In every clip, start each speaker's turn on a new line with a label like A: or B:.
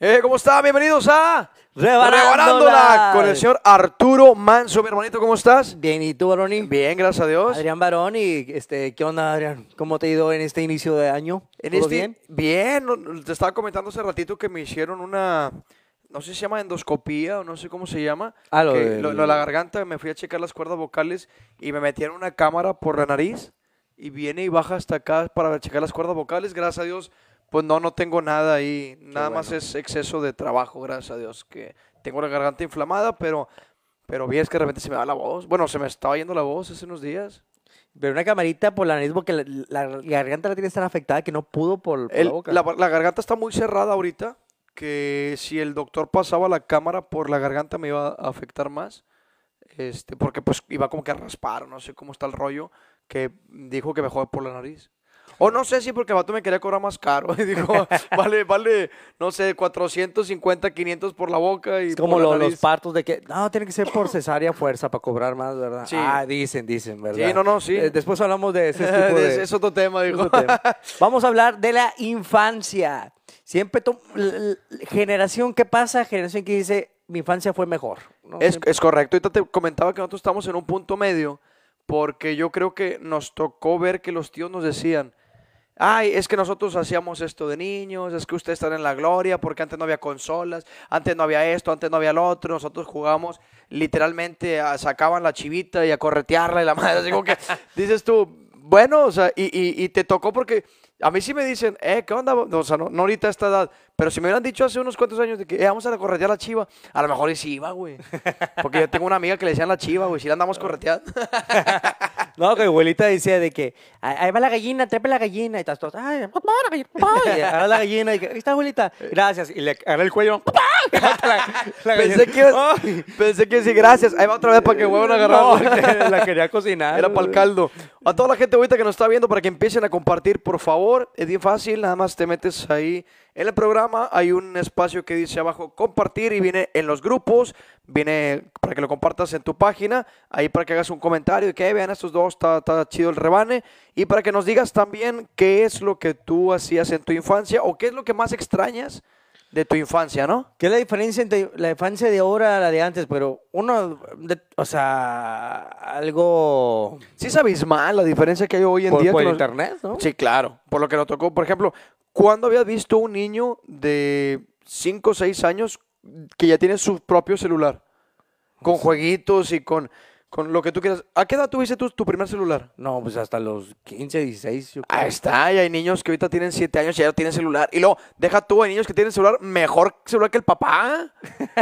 A: Eh, ¿Cómo están? Bienvenidos a
B: Rebanándola.
A: con el señor Arturo Manso, mi hermanito, ¿cómo estás?
B: Bien, ¿y tú, Baroni?
A: Bien, gracias a Dios.
B: Adrián Barón, y este, ¿qué onda, Adrián? ¿Cómo te ha ido en este inicio de año?
A: En
B: ¿Todo
A: este-
B: bien?
A: Bien, no- no, te estaba comentando hace ratito que me hicieron una, no sé si se llama endoscopía o no sé cómo se llama.
B: Ah, lo
A: que
B: del-
A: de la garganta, me fui a checar las cuerdas vocales y me metieron una cámara por la nariz y viene y baja hasta acá para checar las cuerdas vocales, gracias a Dios. Pues no, no tengo nada ahí, nada más es exceso de trabajo, gracias a Dios, que tengo la garganta inflamada, pero, pero bien es que de repente se me va la voz. Bueno, se me estaba yendo la voz hace unos días.
B: Pero una camarita por la nariz, porque la, la garganta la tienes tan afectada que no pudo por, por
A: El-
B: la boca.
A: la, la garganta está muy cerrada ahorita, que si el doctor pasaba la cámara por la garganta me iba a afectar más, este, porque pues iba como que a raspar, no sé cómo está el rollo, que dijo que mejor por la nariz. O no sé si porque el vato me quería cobrar más caro. Y dijo, vale, vale, no sé, 450, 500 por la boca y
B: es como
A: por la
B: lo- los
A: nariz.
B: partos de que, no, tiene que ser por cesárea a fuerza para cobrar más, ¿verdad?
A: Sí.
B: Ah, dicen, dicen, ¿verdad?
A: no, no, sí.
B: Eh, después hablamos de ese tipo
A: es,
B: de...
A: es otro tema, dijo.
B: otro tema. Vamos a hablar de la infancia. Siempre, to- l- l- generación que pasa, generación que dice, mi infancia fue mejor. ¿no?
A: Es,
B: Siempre-
A: es correcto. Ahorita te comentaba que nosotros estamos en un punto medio porque yo creo que nos tocó ver que los tíos nos decían, ay, es que nosotros hacíamos esto de niños, es que ustedes están en la gloria porque antes no había consolas, antes no había esto, antes no había lo otro, nosotros jugamos literalmente, a- sacaban la chivita y a corretearla y la madre, así como que dices tú, bueno, o sea, y, y- y te tocó porque a mí sí me dicen, eh, ¿qué onda? O sea, no, no ahorita a esta edad, pero si me hubieran dicho hace unos cuantos años de que eh, vamos a corretear la chiva, a lo mejor y sí iba, güey. Porque yo tengo una amiga que le decían la chiva, güey, si la andamos correteando.
B: No, que mi abuelita decía de que "Ah, ahí va la gallina, trepe la gallina y estás todo, ay, papá, la gallina, papá", y agarra la gallina y que, ahí está abuelita, gracias, y le agarra el cuello, papá, y mata la, la
A: pensé
B: gallina.
A: que, ibas- pensé que sí, gracias, ahí va otra vez para que vuelvan a
B: No,
A: agarrar.
B: que la quería cocinar.
A: Era para el caldo. A toda la gente ahorita que nos está viendo, para que empiecen a compartir, por favor, es bien fácil, nada más te metes ahí en el programa, hay un espacio que dice abajo compartir y viene en los grupos, viene para que lo compartas en tu página, ahí para que hagas un comentario y que "Eh, vean estos dos, está, está chido el rebane, y para que nos digas también qué es lo que tú hacías en tu infancia o qué es lo que más extrañas de tu infancia, ¿no?
B: ¿Qué es la diferencia entre la infancia de ahora a la de antes? Pero uno, de- o sea, algo
A: Sí es abismal la diferencia que hay hoy en
B: por,
A: día.
B: por
A: que nos-
B: internet, ¿no?
A: Sí, claro. Por lo que nos tocó, por ejemplo, ¿cuándo habías visto un niño de 5 o 6 años que ya tiene su propio celular? Con jueguitos y con, con lo que tú quieras. ¿A qué edad tuviste tú tu primer celular?
B: No, pues hasta los 15, 16, yo creo.
A: Ahí está, y hay niños que ahorita tienen 7 años y ya no tienen celular. Y luego, deja tú, hay niños que tienen celular, mejor celular que el papá.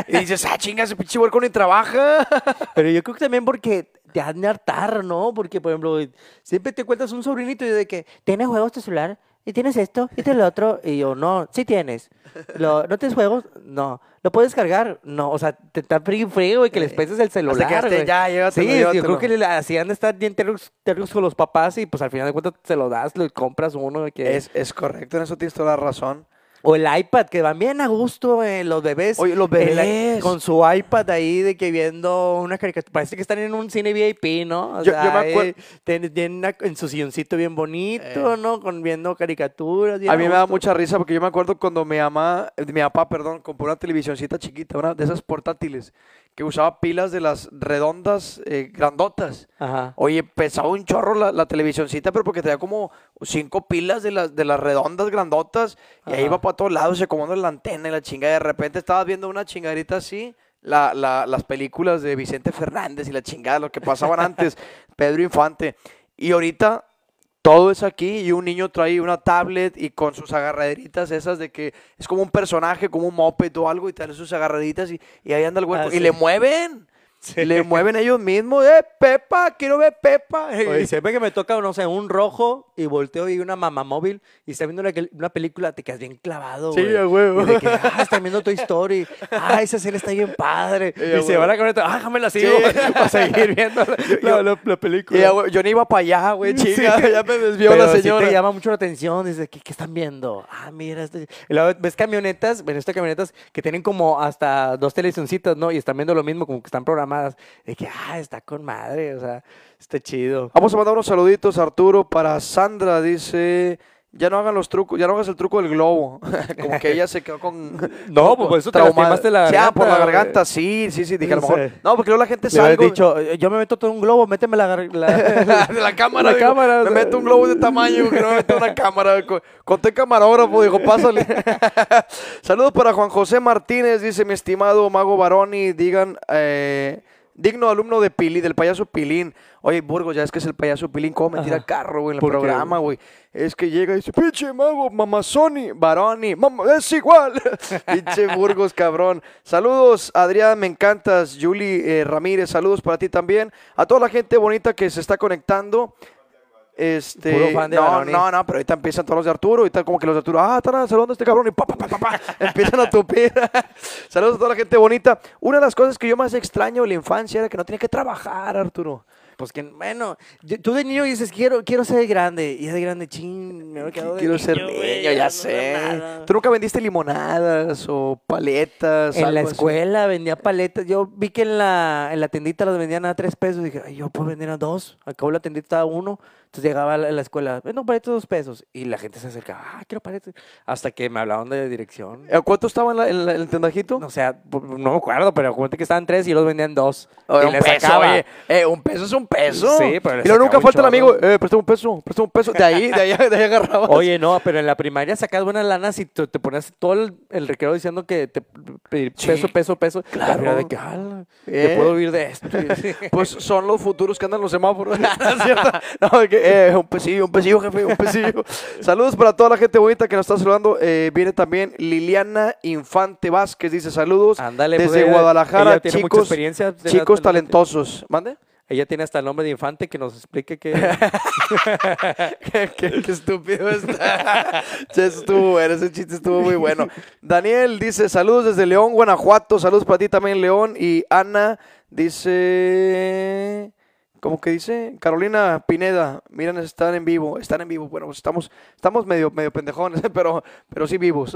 A: Y dices, ah, chinga, ese pinche huerco ni trabaja.
B: Pero yo creo que también porque te han de hartar, ¿no? Porque, por ejemplo, siempre te cuentas un sobrinito y de que, ¿tienes juegos tu celular? ¿Y tienes esto? ¿Y tienes lo otro? Y yo, no, sí tienes. Lo- ¿No tienes juegos? No. ¿Lo puedes cargar? No. O sea, te está frío, frío, güey, que les prestes el celular,
A: que esté
B: güey.
A: ya, llévatelo,
B: Sí, yo
A: llévatelo.
B: creo que le- así han de estar bien tercos tercos con los papás y, pues, al final de cuentas, se lo das, lo compras uno. Que...
A: Es, es correcto, en eso tienes toda la razón.
B: O el iPad, que van bien a gusto eh, los bebés. eh,
A: Oye, los
B: El i-
A: bebés.
B: con su iPad ahí de que viendo una caricatura. Parece que están en un cine VIP, ¿no? O
A: Yo-
B: sea,
A: yo me acuer-
B: eh, ten- tienen una- en su silloncito bien bonito,
A: Eh.
B: ¿no? Con viendo caricaturas. bien
A: A mí me da
B: gusto.
A: mucha risa porque yo me acuerdo cuando mi mamá, eh, mi papá, perdón, compró una televisioncita chiquita, una de esas portátiles, que usaba pilas de las redondas eh, grandotas.
B: Ajá.
A: Oye, pesaba un chorro la, la televisioncita, pero porque tenía como cinco pilas de las, de las redondas grandotas, y ahí
B: Ajá.
A: iba para todos lados, se acomodó la antena y la chinga, y de repente estabas viendo una chingadita así, la, la- las películas de Vicente Fernández y la chingada, lo que pasaban antes, Pedro Infante, y ahorita todo es aquí, y un niño trae una tablet y con sus agarraderitas esas de que es como un personaje, como un moped o algo, y trae sus agarraditas, y, y ahí anda el hueco,
B: Ah,
A: y
B: sí.
A: le mueven.
B: Sí.
A: Le mueven ellos mismos, eh, Pepa, quiero ver Pepa.
B: Oye, siempre que me toca, no sé, un rojo y volteo y una mamá móvil y está viendo una, una película, te quedas bien clavado,
A: Sí,
B: güey.
A: a huevo.
B: Y de que, ah, está viendo Toy Story. Ah, esa serie está bien padre.
A: Sí, a
B: y se
A: huevo.
B: van a conectar. Ah, déjame la sigo para seguir viendo la,
A: yo-
B: la- la película.
A: Y ya, güey, yo ni iba para allá, güey,
B: Sí.
A: chica, ya me desvió
B: Pero
A: la
B: sí
A: señora.
B: te llama mucho la atención. Dices, ¿qué, qué están viendo? Ah, mira. este- Y luego ves camionetas, bueno, estas camionetas que tienen como hasta dos televisioncitas, ¿no? Y están viendo lo mismo, como que están programadas. De que, ah, está con madre. O sea, está chido.
A: Vamos a mandar unos saluditos, Arturo, para Sandra, dice, ya no hagan los trucos, ya no hagas el truco del globo. Como que ella se quedó con.
C: No, pues por eso te lastimaste la
A: Sí, ah, por la
C: garganta,
A: garganta, sí, sí, sí. Dije, a lo
B: Sí.
A: mejor. No, porque luego la gente
B: Le
A: sale.
B: habías dicho, "Eh, yo me meto todo un globo, méteme la... gar- la-".
A: de la cámara.
C: La
A: digo,
C: cámara,
A: Me
C: o sea.
A: meto un globo de tamaño, que no me meto una cámara. co- Conté camarógrafo, dijo, pásale. Saludos para Juan José Martínez, dice mi estimado Mago Baroni. Digan, eh, digno alumno de Pili, del payaso Pilín. Oye, Burgos, ya es que es el payaso Pilín, ¿cómo me tira carro, güey, en el
C: ¿Por qué,
A: programa, güey? Es que llega y dice, pinche mago, mamazoni, Baroni, mamá, es igual. pinche Burgos, cabrón. Saludos, Adrián, me encantas. Julie eh, Ramírez, saludos para ti también. A toda la gente bonita que se está conectando. Este,
B: Puro fan de
A: no,
B: Baroni.
A: no, no, pero ahorita empiezan todos los de Arturo, ahorita como que los de Arturo, ah, están saludando a este cabrón y pa, pa, pa, pa, pa, empiezan a tupir. Saludos a toda la gente bonita. Una de las cosas que yo más extraño de la infancia era que no tenía que trabajar, Arturo.
B: Pues que, bueno, yo- tú de niño dices, quiero, quiero ser grande. Y es de grande, ching, me quedo de
A: Quiero ser niño,
B: güey,
A: ya
B: no
A: sé.
B: nada".
A: Tú nunca vendiste limonadas o paletas.
B: En la
A: algo así?
B: escuela vendía paletas. Yo vi que en la, en la tendita las vendían a tres pesos. Dije, "Ay, yo puedo vender a dos. Acabo la tendita a uno. Entonces llegaba a la, a la escuela, vendo paletas a dos pesos. Y la gente se acercaba, ah, quiero paletas. Hasta que me hablaban de dirección.
A: ¿A ¿Eh, cuánto estaba en, la- en la- en el tendajito?
B: O sea, p- no me acuerdo, pero cuenta que estaban tres y los vendían dos.
A: Oye,
B: y
A: Ah, un
B: les
A: peso,
B: sacaba.
A: oye. Eh, un peso es un peso.
B: Sí, pero le
A: y luego
B: sacaba
A: nunca
B: un
A: falta el
B: chorro.
A: amigo, eh, préstame un peso, préstame un peso. De ahí, de ahí, de ahí agarrabas.
B: Oye, no, pero en la primaria sacas buenas lanas y te, te ponías todo el, el recreo diciendo que te pedir
A: Sí,
B: peso, peso, peso. Y al
A: claro.
B: final de que, "Ala,
A: Eh.
B: yo puedo vivir de esto.
A: Pues son los futuros que andan en los semáforos. no, es cierto. No, es que, eh, un pesillo, un pesillo, jefe, un pesillo. Saludos para toda la gente bonita que nos está saludando. Eh, viene también Liliana Infante Vázquez, dice saludos.
B: Ándale, pues,
A: Desde
B: ella-
A: Guadalajara,
B: ella tiene mucha
A: chicos,
B: experiencia.
A: chicos
B: Ella-
A: talentosos. ¿Mande?
B: Ella tiene hasta el nombre de infante que nos explique que.
A: qué, qué- qué estúpido está. Che, eso estuvo bueno, ese chiste estuvo muy bueno. Daniel dice, saludos desde León, Guanajuato. Saludos para ti también, León. Y Ana dice... ¿Cómo que dice? Carolina Pineda, miren, están en vivo, están en vivo. Bueno, pues estamos, estamos medio, medio pendejones, pero, pero sí vivos.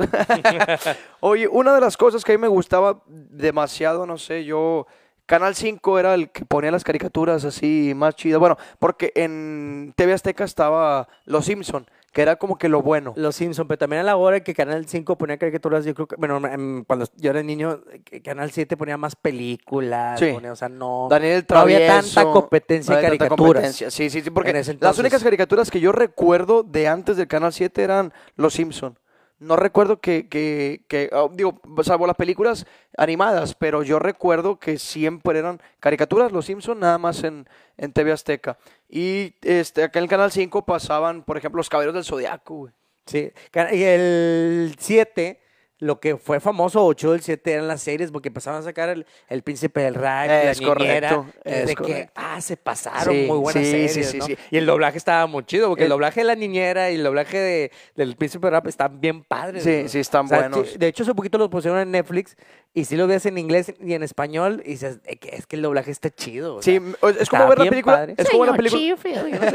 A: Oye, una de las cosas que a mí me gustaba demasiado, no sé, yo... Canal 5 era el que ponía las caricaturas así más chidas. Bueno, porque en TV Azteca estaba Los Simpson, que era como que lo bueno.
B: Los Simpson, pero también a la hora que Canal 5 ponía caricaturas, yo creo que, bueno, em, cuando yo era niño, eh, Canal 7 ponía más películas,
A: Sí.
B: ponía, o sea, no,
A: Daniel
B: no había
A: Travieso,
B: tanta competencia
A: no
B: de
A: había tanta
B: caricaturas.
A: competencia. Sí, sí, sí, porque
B: En ese
A: las
B: entonces.
A: únicas caricaturas que yo recuerdo de antes del Canal 7 eran Los Simpson. No recuerdo que, que, que oh, digo, salvo las películas animadas, pero yo recuerdo que siempre eran caricaturas Los Simpson nada más en, en TV Azteca. Y este, acá en el Canal 5 pasaban, por ejemplo, Los Caballeros del Zodiaco, güey.
B: Sí, cara- y el 7, lo que fue famoso 8 del 7 eran las series, porque empezaban a sacar el, el príncipe del rap, la
A: Es
B: niñera,
A: correcto,
B: y
A: es
B: de que,
A: correcto.
B: ah, se pasaron
A: Sí,
B: muy buenas
A: sí, sí,
B: series,
A: sí,
B: ¿no?
A: sí.
B: Y el doblaje estaba muy chido, porque el,
A: El-
B: doblaje de la niñera y el doblaje de- del príncipe del rap están bien padres.
A: Sí,
B: ¿no?
A: sí, están
B: sí,
A: buenos.
B: De hecho, hace poquito los pusieron en Netflix, y si lo ves en inglés y en español, y dices, "Eh, que- es que el doblaje está chido. o
A: Sí,
B: sea,
A: m- o- es como ver la
B: está Pues bien
A: película.
B: padre.
A: Es como la película.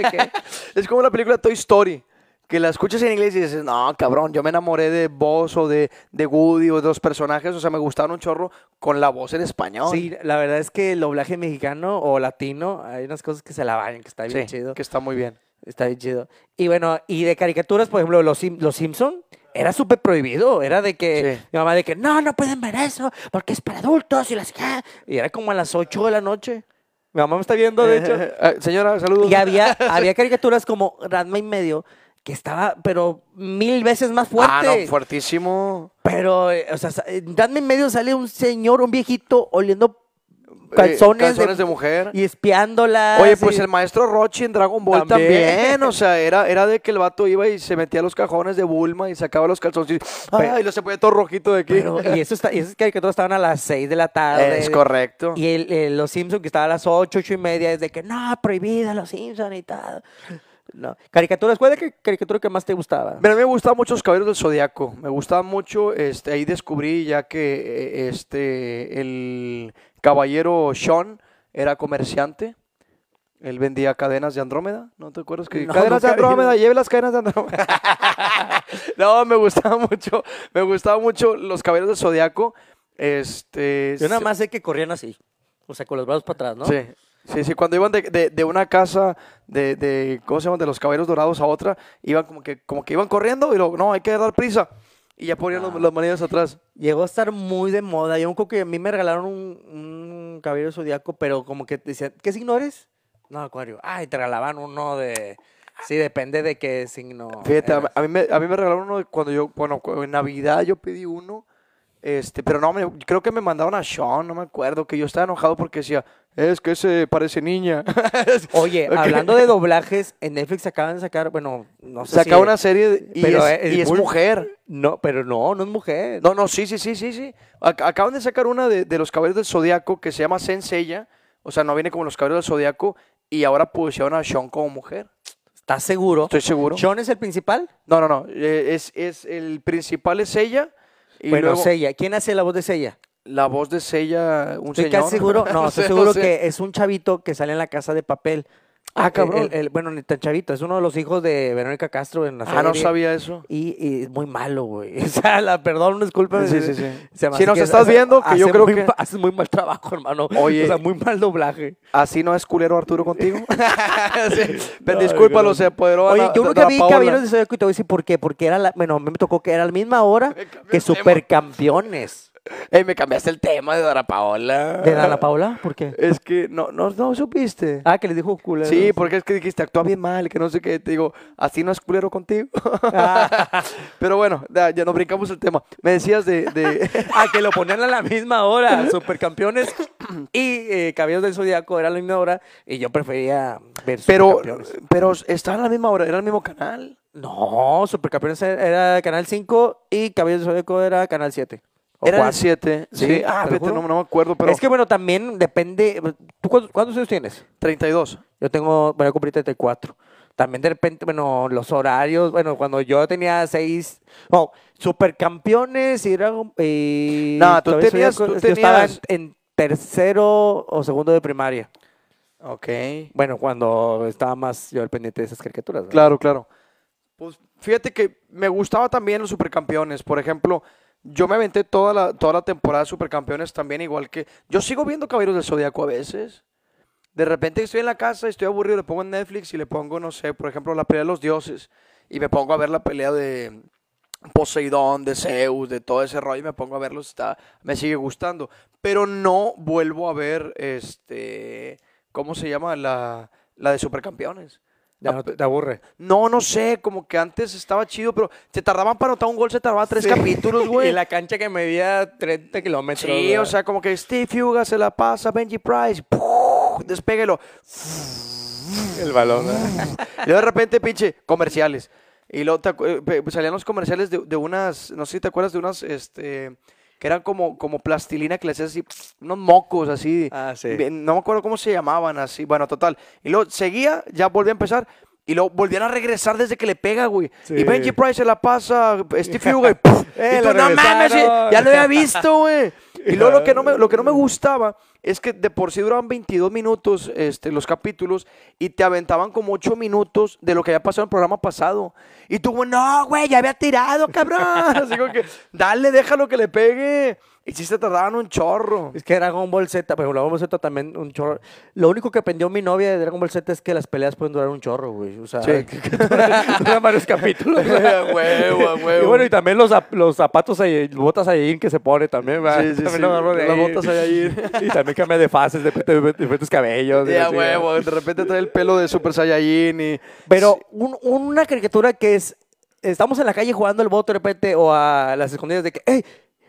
A: Es como la película Toy Story. Que la escuchas en inglés y dices, no, cabrón, yo me enamoré de vos o de, de Woody o de los personajes. O sea, me gustaron un chorro con la voz en español.
B: Sí, la verdad es que el doblaje mexicano o latino, hay unas cosas que se la bañan, que está bien
A: Sí,
B: chido.
A: que está muy bien.
B: Está bien chido. Y bueno, y de caricaturas, por ejemplo, Los, Sim- los Simpson era súper prohibido. Era de que,
A: Sí.
B: mi mamá de que, no, no pueden ver eso, porque es para adultos y las... ah". Y era como a las 8 de la noche. Mi mamá me está viendo, de hecho.
A: Eh, señora, saludos.
B: Y había, había caricaturas como Ranma y medio, que estaba, pero mil veces más fuerte.
A: Ah, no, fuertísimo.
B: Pero, eh, o sea, sa- en Ranma y medio sale un señor, un viejito, oliendo calzones,
A: Eh, calzones de, mujer.
B: y espiándola.
A: Oye, pues el maestro Rochi en Dragon Ball también.
B: También.
A: O sea, era, era de que el vato iba y se metía a los cajones de Bulma y sacaba los calzones. Y,
B: Pero-
A: ay, lo se ponía todo rojito de aquí.
B: Pero- y, eso está, y esas caricaturas estaban a las 6 de la tarde.
A: es correcto.
B: Y el- el- los Simpsons, que estaban a las 8, 8 y media, es de que no, prohibida los Simpsons y tal. No. Caricaturas, ¿cuál es la ca- caricatura que más te gustaba?
A: Mira, a mí me gustaban mucho los Caballeros del Zodiaco. Me gustaba mucho, este, ahí descubrí ya que eh, este el caballero Sean era comerciante. Él vendía cadenas de Andrómeda, ¿no te acuerdas que
B: No,
A: cadenas de
B: nunca vi.
A: Andrómeda, lleve las cadenas de Andrómeda? no, me gustaba mucho, me gustaba mucho los Caballeros del Zodiaco. Este,
B: Yo nada
A: se-
B: más sé que corrían así. O sea, con los brazos para atrás, ¿no?
A: Sí. Sí, sí, cuando iban de, de- de una casa de, de, ¿cómo se llama? De los caballeros dorados a otra, iban como que, como que iban corriendo y luego, no, hay que dar prisa. Y ya ponían
B: Ah.
A: los- las manillas atrás.
B: Llegó a estar muy de moda. Yo me acuerdo que a mí me regalaron un, un caballero zodiaco, pero como que te decían, ¿qué signo eres? No, Acuario. Ay, te regalaban uno de. Sí, depende de qué signo.
A: Fíjate, a,
B: eras.
A: a mí me, a mí me regalaron uno de cuando yo, bueno, cu- en Navidad yo pedí uno, este, pero no, me, creo que me mandaron a Sean, no me acuerdo, que yo estaba enojado porque decía, es que ese parece niña.
B: Oye,
A: Ok.
B: hablando de doblajes, en Netflix acaban de sacar, bueno, no sé.
A: Sacaba
B: si-
A: una serie de- y,
B: pero
A: es,
B: es
A: y es
B: muy-
A: mujer.
B: No, pero no, no es mujer.
A: No, no, sí, sí, sí, sí, sí. Ac- acaban de sacar una de, de los caballeros del Zodíaco que se llama Senseiya, o sea, no viene como los caballeros del Zodíaco, y ahora pusieron a Sean como mujer.
B: ¿Estás seguro?
A: Estoy seguro.
B: ¿Sean es el principal?
A: No, no, no, eh, es, es, el principal es ella, y
B: bueno,
A: luego
B: Sella. ¿Quién hace la voz de Sella?
A: la voz de Seiya, un
B: Estoy
A: señor.
B: casi seguro, no, estoy
A: sé,
B: seguro
A: sé.
B: que es un chavito que sale en la casa de papel.
A: Ah,
B: El-
A: cabrón.
B: el- el- bueno, ni tan chavito, es uno de los hijos de Verónica Castro en la serie.
A: Ah, no sabía eso.
B: Y, y es muy malo, güey. O sea, la, perdón, discúlpame.
A: Sí, sí, sí.
B: Se me
A: Si
B: hace
A: nos
B: que
A: estás
B: hace-
A: viendo, que yo
B: hace
A: creo
B: muy
A: que-
B: ma- Haces muy mal trabajo, hermano.
A: Oye.
B: O sea, muy mal doblaje.
A: Así no es culero Arturo contigo. Pero
B: No,
A: discúlpalo,
B: no.
A: se apoderó. a
B: Oye,
A: la-
B: yo
A: de-
B: nunca
A: de la
B: vi
A: Paola.
B: Caballeros de Zodíaco y te voy a decir por qué. Porque era la, bueno, a mí me tocó que era la misma hora
A: cambió
B: que
A: el tema.
B: Supercampeones.
A: Ey, me cambiaste el tema de Dora Paola.
B: ¿De Dana Paula? ¿Por qué?
A: Es que no, no, no supiste.
B: Ah, que les dijo culero.
A: Sí, porque es que dijiste, actúa bien mal, que no sé qué. Te digo, así no es culero contigo.
B: Ah.
A: Pero bueno, ya, ya nos brincamos el tema. Me decías de... de-
B: Ah, que lo ponían a la misma hora, Supercampeones y eh, Caballeros del Zodíaco era la misma hora y yo prefería ver
A: pero,
B: Supercampeones.
A: pero estaba en la misma hora, era el mismo canal.
B: No, Supercampeones e-, era era Canal 5 y Caballeros del Zodíaco era Canal 7. o
A: Era el
B: cuatro.
A: 7. Sí,
B: Sí,
A: ah,
B: te lo
A: vete, no,
B: juro.
A: no me acuerdo, pero...
B: Es que bueno, también depende. ¿Tú cuántos, cuántos años tienes?
A: 32.
B: Yo tengo, bueno, yo cumplí 34. También de repente, bueno, los horarios, bueno, cuando yo tenía seis, no, supercampeones y Dragon y
A: No, tú
B: Caballeros del
A: tenías-
B: Zodíaco,
A: tú
B: yo estaba en,
A: tenías-
B: en tercero o segundo de primaria.
A: Ok.
B: Bueno, cuando estaba más yo al pendiente de esas caricaturas. ¿verdad?
A: Claro, claro. Pues fíjate que me gustaba también los supercampeones. Por ejemplo, yo me aventé toda la, toda la temporada de supercampeones también, igual que. Yo sigo viendo Caballeros del Zodíaco a veces. De repente estoy en la casa, estoy aburrido, le pongo en Netflix y le pongo, no sé, por ejemplo, la pelea de los dioses. Y me pongo a ver la pelea de Poseidón, de Zeus, de todo ese rollo. Y me pongo a verlos. Está, me sigue gustando. Pero no vuelvo a ver este. ¿Cómo se llama? La, la de supercampeones.
B: Ya no te, te aburre.
A: No, no sé, como que antes estaba chido, pero se tardaban para anotar un gol, se tardaba tres
B: Sí.
A: capítulos,
B: y
A: güey.
B: la cancha que medía 30 kilómetros.
A: Sí,
B: ¿verdad?
A: o sea, como que Steve Fuga se la pasa a Benji Price, ¡puf! despéguelo.
C: El balón. ¿eh?
A: Y luego de repente, pinche, comerciales. Y luego te acu- eh, pe- pues salían los comerciales de, de unas, no sé si te acuerdas, de unas, este, que eran como, como plastilina que le hacías así, unos mocos así.
B: Ah, sí.
A: Bien, No me acuerdo cómo se llamaban así. Bueno, total. Y luego seguía, ya volvía a empezar. Y luego volvían a regresar desde que le pega, güey. Y
C: Sí.
A: Benji Price se la pasa, Steve Hugo, y, ¡puf!
B: Eh,
A: y tú,
B: lo
A: no mames,
B: regresaron".
A: ya lo había visto, güey. Y luego lo que, no me, lo que no me gustaba es que de por sí duraban 22 minutos este, los capítulos y te aventaban como 8 minutos de lo que había pasado en el programa pasado. Y tú, güey, no, güey, ya había tirado, cabrón. Así como que, dale, déjalo que le pegue. Y sí se tardaban un chorro.
B: Es que Dragon Ball Z, pero Dragon Ball Z también un chorro. Lo único que aprendió mi novia de Dragon Ball Z es que las peleas pueden durar un chorro, güey. O sea,
A: Sí.
B: que, que duran duran varios capítulos.
A: A huevo, a huevo.
B: Y bueno, y también los, zap- los zapatos, ahí, botas ahí que se pone también, ¿verdad?
A: Sí, sí,
B: También
A: sí.
B: lo agarro de
A: Las
B: ahí.
A: botas ahí.
B: Y también cambia de fases, de, de- de diferentes cabellos. y
A: Ya,
B: así, ¿verdad?
A: huevo, de repente trae el pelo de Super Saiyajin y...
B: Pero un- una caricatura que es, estamos en la calle jugando al voto de repente o a las escondidas de que, ¡Ey!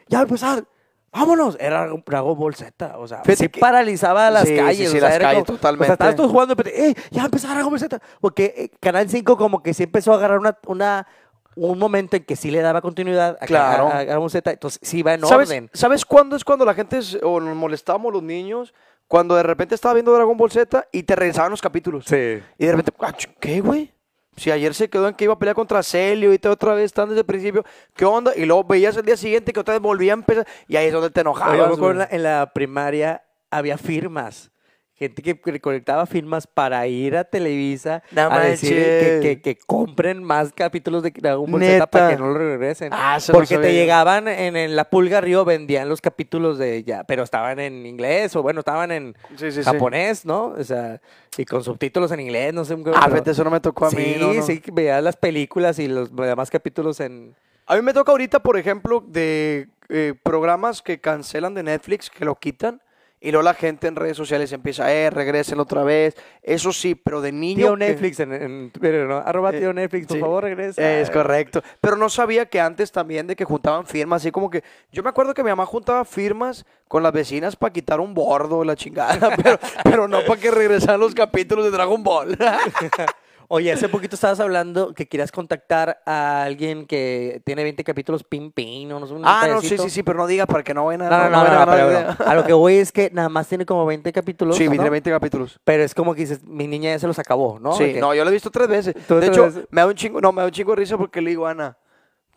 B: ya va a empezar, vámonos. Era Dragon Ball Z, o sea,
A: Fíjate
B: sí
A: que-
B: paralizaba las
A: Sí, sí,
B: calles.
A: sí,
B: o sea,
A: las
B: era
A: calles,
B: como- O
A: totalmente.
B: sea, estabas todos jugando y de repente, ¡Ey! ya va a empezar Dragon Ball Z. Porque eh, Canal 5 como que sí empezó a agarrar una... una un momento en que sí le daba continuidad a,
A: Claro.
B: a- a Dragon Ball Z, entonces sí iba en
A: ¿Sabes,
B: orden.
A: ¿Sabes cuándo es cuando la gente es- o nos molestábamos los niños? Cuando de repente estaba viendo Dragon Ball Z y te regresaban los capítulos.
C: Sí.
A: Y de repente, "Ah, ch- ¿qué, güey? Si ayer se quedó en que iba a pelear contra Celio y te otra vez están desde el principio, ¿qué onda? Y luego veías el día siguiente que otra vez volvía a empezar y ahí es donde te
B: Oye,
A: enojabas.
B: yo me acuerdo
A: güey.
B: en la, en la primaria había firmas. que gente que recolectaba firmas para ir a Televisa
A: No
B: a decir que,
A: manches.
B: que- que compren más capítulos de Dragon Ball Z para
A: Neta.
B: que no lo regresen.
A: Ah, eso no
B: Porque te
A: sabía.
B: llegaban en, en La Pulga Río, vendían los capítulos de ya, pero estaban en inglés o bueno, estaban en
A: Sí, sí, sí.
B: japonés, ¿no? O sea, y con subtítulos en inglés, no sé. qué,
A: Ah,
B: pero-
A: vete, eso no me tocó a mí.
B: Sí,
A: no, no.
B: sí, veía las películas y los demás capítulos en...
A: A mí me toca ahorita, por ejemplo, de eh, programas que cancelan de Netflix, que lo quitan, y luego la gente en redes sociales empieza, eh, regresen otra vez. Eso sí, pero de niño.
B: Tío
A: que-
B: Netflix en, en Twitter, ¿no? Arroba
A: Eh,
B: tío Netflix, por
A: sí.
B: favor, regresa.
A: Es correcto. Pero no sabía que antes también de que juntaban firmas, así como que. Yo me acuerdo que mi mamá juntaba firmas con las vecinas para quitar un bordo, la chingada, pero, pero no para que regresaran los capítulos de Dragon Ball.
B: Oye, hace poquito estabas hablando que querías contactar a alguien que tiene 20 capítulos pin pin o no sé, un
A: ah, no, sí,
B: pedacito.
A: sí, sí, pero no diga para que no vayan a.
B: No, no, no,
A: vayan
B: no,
A: a ganar
B: pero
A: idea.
B: bueno, a lo que voy es que nada más tiene como 20 capítulos.
A: Sí,
B: ¿no?
A: tiene 20 capítulos.
B: Pero es como que dices, mi niña ya se los acabó, ¿no?
A: Sí,
B: De que-
A: no, yo lo he visto tres veces.
B: ¿Tú
A: De
B: tres
A: hecho,
B: veces?
A: me da un chingo, no, me da un chingo de risa porque le digo, Ana,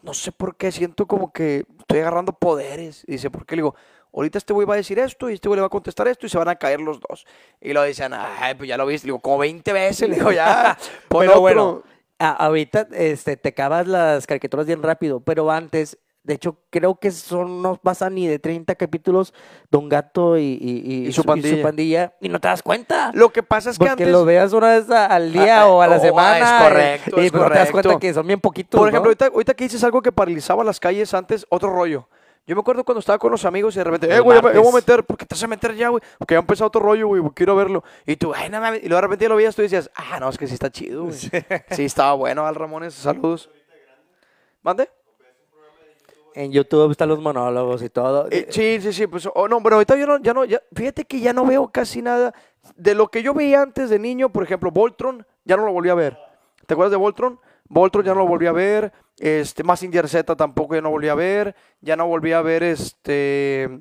A: no sé por qué siento como que estoy agarrando poderes. Y dice, ¿por qué? Le digo, ahorita este güey va a decir esto y este güey le va a contestar esto y se van a caer los dos. Y lo dice Ana, ay, pues ya lo viste. Le digo, como 20 veces. Le digo, ya, pon
B: Pero
A: otro".
B: bueno, a- ahorita este, te acabas las caricaturas bien rápido, pero antes, de hecho, creo que son, no pasan ni de 30 capítulos Don Gato y, y- y-
A: Y su
B: Y,
A: pandilla.
B: pandilla, y no te das cuenta.
A: Lo que pasa es que
B: porque
A: antes...
B: lo veas una vez a- al día
A: Ah,
B: o a la
A: oh,
B: semana.
A: es
B: eh,
A: correcto,
B: y
A: es
B: no te das cuenta
A: correcto.
B: que son bien poquitos.
A: Por ejemplo,
B: ¿no?
A: ahorita, ahorita que dices algo que paralizaba las calles antes, otro rollo. Yo me acuerdo cuando estaba con los amigos y de repente,
B: El
A: eh, güey, ya me- ya voy a
B: martes.
A: meter, ¿por qué te vas a meter ya, güey? Porque ya empezó otro rollo, güey, quiero verlo. Y tú, ay, no mames. Y luego de repente ya lo veías, tú decías, ah, no, es que sí está chido, güey. Sí, estaba bueno, Al Ramones, saludos. ¿Mande?
B: en YouTube están los monólogos y todo.
A: Eh, sí, sí, sí, pues, oh, no, pero ahorita yo no, ya no, ya, fíjate que ya no veo casi nada. De lo que yo veía antes de niño, por ejemplo, Voltron, ya no lo volví a ver. ¿Te acuerdas de Voltron? Voltron ya no lo volví a ver. Este, Massinger Z tampoco ya no volví a ver. Ya no volví a ver, este,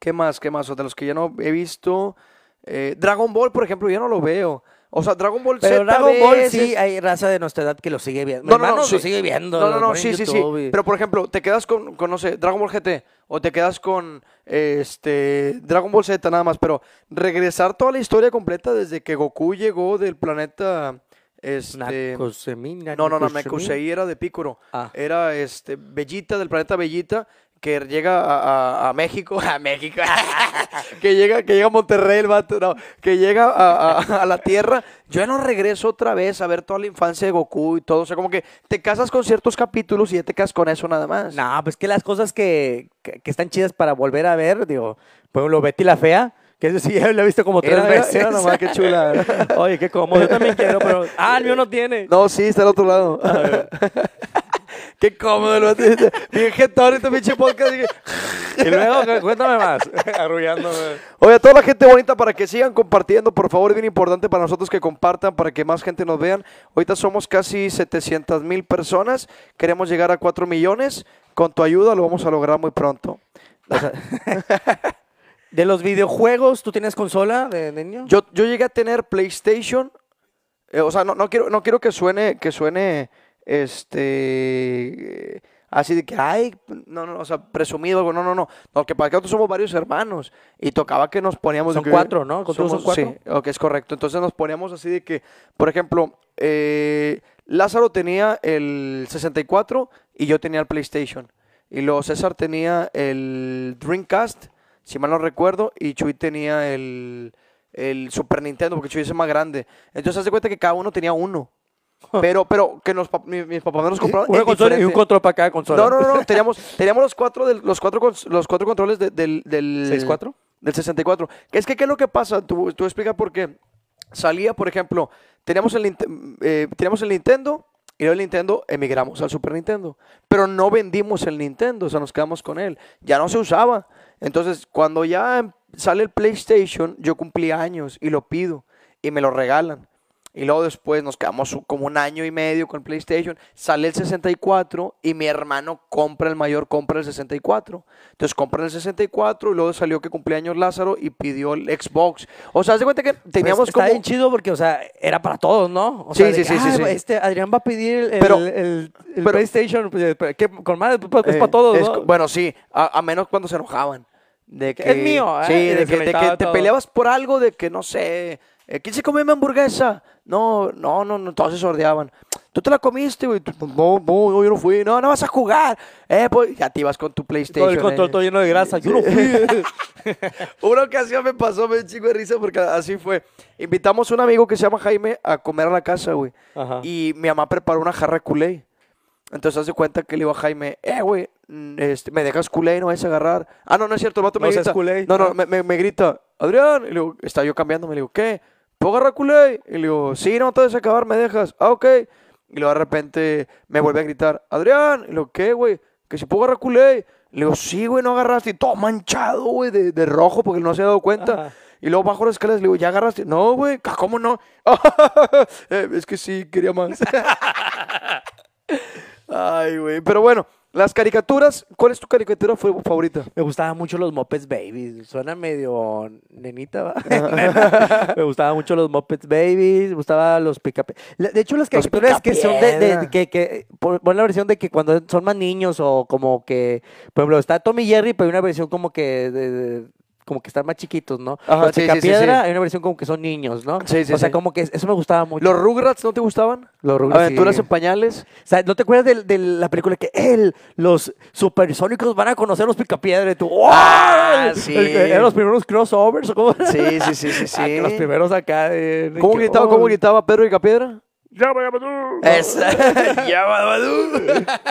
A: ¿qué más? ¿Qué más? O de los que ya no he visto. eh, Dragon Ball, por ejemplo, ya no lo veo. O sea, Dragon Ball
B: pero
A: Z
B: Dragon Ball
A: veces-
B: sí hay raza de nuestra edad que lo sigue viendo. No, Mi hermano
A: sí.
B: lo sigue viendo.
A: No,
B: lo
A: no, no,
B: pone en
A: sí, sí, sí.
B: YouTube y-
A: Pero por ejemplo, te quedas con, con, no sé, Dragon Ball GT o te quedas con este Dragon Ball Z nada más, pero regresar toda la historia completa desde que Goku llegó del planeta
B: pues,
A: este
B: Nakusemina,
A: No, no, no,
B: Nakusemina.
A: Mekusei era de Piccolo.
B: Ah.
A: Era este Bellita del planeta Bellita que llega a, a- a México, a México, que llega, que llega a Monterrey, el vato, no, que llega a, a- a la tierra. Yo ya no regreso otra vez a ver toda la infancia de Goku y todo. O sea, como que te casas con ciertos capítulos y ya te casas con eso nada más.
B: No, pues que las cosas que, que, que están chidas para volver a ver, digo, por ejemplo, Betty la Fea, que eso sí ya lo he visto como tres
A: Era- era-
B: veces.
A: era nomás, qué chula.
B: Oye, qué cómodo, yo también quiero, pero. Ah, el mío no tiene.
A: No, sí, está al otro lado. Qué cómodo, lo Bien jetón este pinche podcast. dije,
B: Y luego, cu- cuéntame más. Arrullándome.
A: Oye, a toda la gente bonita, para que sigan compartiendo, por favor, es bien importante para nosotros que compartan, para que más gente nos vean. Ahorita somos casi 700 mil personas, queremos llegar a 4 millones. Con tu ayuda lo vamos a lograr muy pronto.
B: De los videojuegos, ¿tú tienes consola de de niño?
A: Yo, yo llegué a tener PlayStation, eh, o sea, no, no, quiero, no quiero que suene, que suene, este, eh, así de que, ay, no, no, o sea, presumido, algo, no, no, no. No, que para que nosotros somos varios hermanos y tocaba que nos poníamos... de
B: Son
A: que-
B: cuatro, ¿no? Contigo son cuatro.
A: Sí, ok, es correcto. Entonces nos poníamos así de que, por ejemplo, eh, Lázaro tenía el 64 y yo tenía el PlayStation. Y luego César tenía el Dreamcast, si mal no recuerdo, y Chuy tenía el, el Super Nintendo, porque Chuy es el más grande. Entonces haz de cuenta que cada uno tenía uno. Pero, pero que nos, pap- mi- mis, papás no nos compraron.
B: Una
A: el
B: consola y un
A: diferente.
B: control para cada consola. Pues
A: No, no, no, no, teníamos, teníamos los cuatro del- los cuatro cons- los cuatro controles de- del, del
B: ¿6-4?
A: Del 64. Que Es que qué es lo que pasa, tú, tú explica por qué. Salía, por ejemplo, teníamos el Nint- eh, teníamos el Nintendo y luego el Nintendo emigramos al Super Nintendo, pero no vendimos el Nintendo, o sea, nos quedamos con él. Ya no se usaba. Entonces, cuando ya em- sale el PlayStation, yo cumplí años y lo pido y me lo regalan. Y luego después nos quedamos u- como un año y medio con PlayStation. Sale el 64 y mi hermano compra el mayor, compra el 64. Entonces compra el 64 y luego salió que cumpleaños Lázaro y pidió el Xbox. O sea, haz de cuenta que
B: Pues,
A: teníamos
B: Está
A: como...
B: bien chido porque, o sea, era para todos, ¿no? O
A: Sí,
B: sea, de
A: sí,
B: que,
A: sí, sí,
B: "Ay,
A: sí.
B: Este Adrián va a pedir el, el-
A: Pero-
B: el- el
A: pero-
B: PlayStation. pues, eh, ¿qué? con madre, pues, es
A: Eh,
B: para todos,
A: es
B: ¿no?
A: co- Bueno, sí, a, a menos cuando se enojaban. De que,
D: Es mío, ¿eh?
A: Sí,
D: Y
A: de que, de
D: desconectaba
A: que te
D: todo.
A: peleabas por algo, de que no sé. eh, ¿Quién se comió mi hamburguesa? No, no, no, no, todos se sordeaban. Tú te la comiste, güey. Tú, No, no, yo no fui. No, no vas a jugar. Eh, pues, ya te ibas con tu PlayStation.
D: Todo el control
A: eh.
D: todo lleno de grasa. Yo no fui.
A: Una ocasión me pasó, me dio un chingo de risa porque así fue. Invitamos a un amigo que se llama Jaime a comer a la casa, güey.
D: Ajá.
A: Y mi mamá preparó una jarra de Kool-Aid. Entonces hace cuenta que le digo a Jaime, eh, güey, mm, este, me dejas Kool-Aid, no vayas a agarrar. Ah, no, no es cierto, el vato
D: No
A: me
D: seas
A: grita.
D: Kool-Aid,
A: no, no,
D: ¿no?
A: me, me- me grita, Adrián. Y le digo, está yo cambiando, me digo, ¿qué? ¿Puedo agarrar Kool-Aid? Y le digo, sí, no, te vas a acabar, me dejas. Ah, ok. Y luego de repente me vuelve a gritar, Adrián. Y le digo, ¿qué, güey? Que si puedo agarrar Kool-Aid. Le digo, sí, güey, no agarraste. Y todo manchado, güey, de, de rojo porque no se ha dado cuenta.
D: Ajá.
A: Y luego bajo las escaleras y le digo, ¿ya agarraste? No, güey, "Ah, ¿cómo no? Eh, es que sí, quería más. Ay, güey. Pero bueno, las caricaturas, ¿cuál es tu caricatura fa- favorita?
B: Me gustaban mucho los Muppets Babies. Suena medio nenita, ¿va? Nena. Me gustaban mucho los Muppets Babies. Me gustaban los Picapiedra. De hecho, las
A: Los
B: caricaturas que son de... de-
A: Picapiedra.
B: que, que por, por la versión de que cuando son más niños o como que... Por ejemplo, está Tommy y Jerry, pero hay una versión como que... de- de- como que están más chiquitos, ¿no?
A: Ajá,
B: los
A: sí, sí, sí,
B: Picapiedra
A: sí.
B: hay una versión como que son niños, ¿no?
A: Sí, sí,
B: O sea,
A: sí.
B: como que eso me gustaba mucho.
A: ¿Los Rugrats no te gustaban?
B: Los Rugrats,
A: Aventuras
B: sí.
A: en pañales.
B: O sea, ¿no te acuerdas del- de, la película que él, los supersónicos van a conocer los picapiedra? Y tú, ¡wow!
A: Ah, sí.
B: El- el- Eran los primeros crossovers, ¿o cómo?
A: Sí, sí, sí, sí,
B: Ah, que los primeros acá. de- de
A: ¿Cómo
B: que,
A: gritaba,
B: oh,
A: cómo gritaba Pedro Eh, y Capiedra?
D: Llama, llama tú.
A: ya, Badabadú.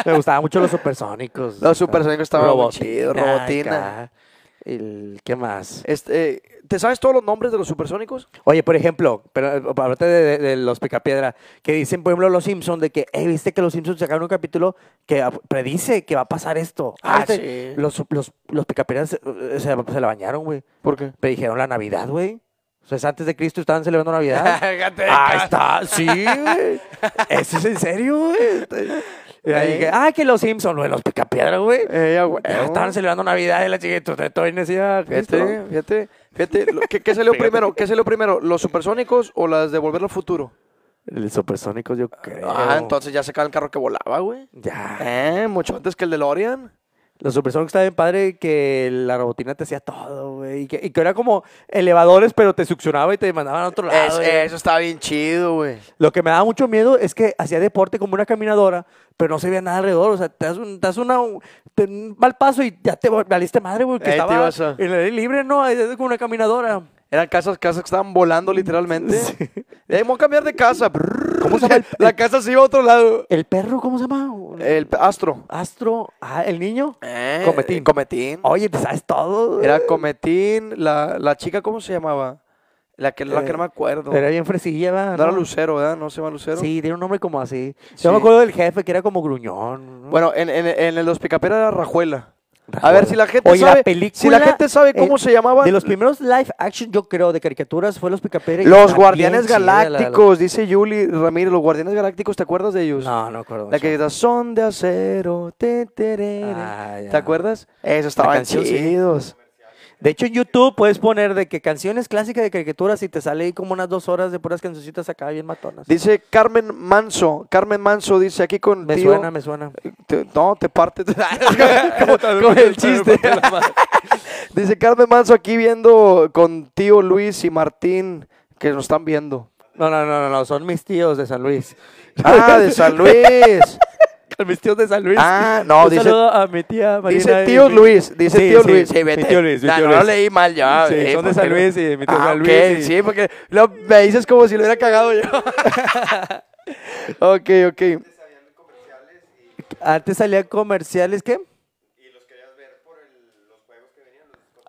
B: Me gustaban mucho los supersónicos.
A: Los supersónicos estaban muy chidos, Robotina.
B: acá. El, ¿Qué más?
A: Este, eh, ¿Te sabes todos los nombres de los supersónicos?
B: Oye, por ejemplo, pero eh, aparte de, de- de los picapiedra, que dicen, por ejemplo, los Simpsons, de que, eh, viste que los Simpsons sacaron un capítulo que ah, predice que va a pasar esto. este,
A: Ah, sí.
B: Los, los, los picapiedra se, eh, se, se la bañaron, güey.
A: ¿Por qué?
B: predijeron la Navidad, güey. O sea, es antes de Cristo estaban celebrando Navidad. ah, está, sí, güey. Eso es en serio, güey. Y ahí
A: Eh.
B: dije, ah, que los Simpsons, güey, los picapiedra, güey.
A: Eh, ya, güey.
B: Eh, Estaban celebrando Navidad y la chiquita, usted todavía decía Cristo.
A: Fíjate, fíjate, fíjate. lo- ¿Qué, qué salió primero? ¿Qué salió primero? ¿Los supersónicos o las de Volver al Futuro?
B: El supersónico, yo creo.
A: Ah, entonces ya sacaba el carro que volaba, güey.
B: Ya.
A: Eh, mucho antes que el de Lorian.
B: Los supersónicos estaban bien padre que la robotina te hacía todo, güey. Y que, y que era como elevadores, pero te succionaba y te mandaban a otro lado. güey.
A: eso estaba bien chido, güey.
B: Lo que me daba mucho miedo es que hacía deporte como una caminadora, pero no se veía nada alrededor. O sea, te das un, te das una, un, te- un mal paso y ya te va- valiste madre, güey. Que
A: Ahí te
B: estaba
A: vas a-
B: en el aire libre, ¿no? Ahí Es como una caminadora.
A: Eran casas, casas que estaban volando literalmente. Eh, vamos a cambiar de casa.
B: ¿Cómo se llama el-
A: La casa se iba a otro lado.
B: ¿El perro cómo se llama?
A: El astro.
B: Astro. Ah, ¿el niño?
A: Eh,
B: Cometín.
A: Cometín.
B: Oye, te sabes todo.
A: Era Cometín. La, la chica, ¿cómo se llamaba? La que, la
B: Eh,
A: que no me acuerdo.
B: Era bien fresilla, ¿va?
A: No era
B: ¿no?
A: Lucero, ¿verdad? No se llama Lucero.
B: Sí, tiene un nombre como así.
A: Sí.
B: Yo me acuerdo del jefe que era como gruñón. ¿no?
A: Bueno, en, en, en el Los Picaperas era Rajuela. A
B: Rajuela.
A: ver si la gente
B: Oye, la
A: sabe. si
B: película,
A: la gente sabe cómo
B: eh,
A: se llamaba.
B: De los primeros live action, yo creo, de caricaturas, fue los picaperes.
A: Los Guardianes Galácticos, dice Yuli Ramírez. Los Guardianes Galácticos, ¿te acuerdas de ellos?
B: No, no acuerdo.
A: La
B: mucho.
A: que grita, son de acero. te, terere".
B: Ah, ya.
A: ¿Te acuerdas? Eso estaban
B: canción, sí.
A: chidos.
B: De hecho, en YouTube puedes poner de que canciones clásicas de caricaturas y te sale ahí como unas dos horas de puras cancioncitas acá bien matonas.
A: Dice Carmen Manso. Carmen Manso dice aquí con.
B: me
A: tío-
B: suena, me suena.
A: te- no, te parte. como, como el chiste. dice Carmen Manso aquí viendo con tío Luis y Martín que nos están viendo.
B: No, no, no, no, no, son mis tíos de San Luis.
A: Ah, de San Luis.
B: mis tíos de San Luis.
A: Ah, no,
B: Un
A: dice-
B: saludo a mi tía Marina.
A: Dice
B: y
A: tío
B: mi-
A: Luis, dice
B: Sí,
A: tío
B: sí,
A: Luis.
B: mi tío Luis, mi
A: Nah,
B: tío
A: no,
B: Luis.
A: lo leí mal ya. eh,
B: Sí, son de
A: porque
B: San
A: no-
B: Luis y mi tío
A: Ah,
B: San
A: ok,
B: Luis y-
A: Sí, porque lo- me dices como si lo hubiera cagado yo. ok, ok.
B: Antes salían comerciales, ¿qué?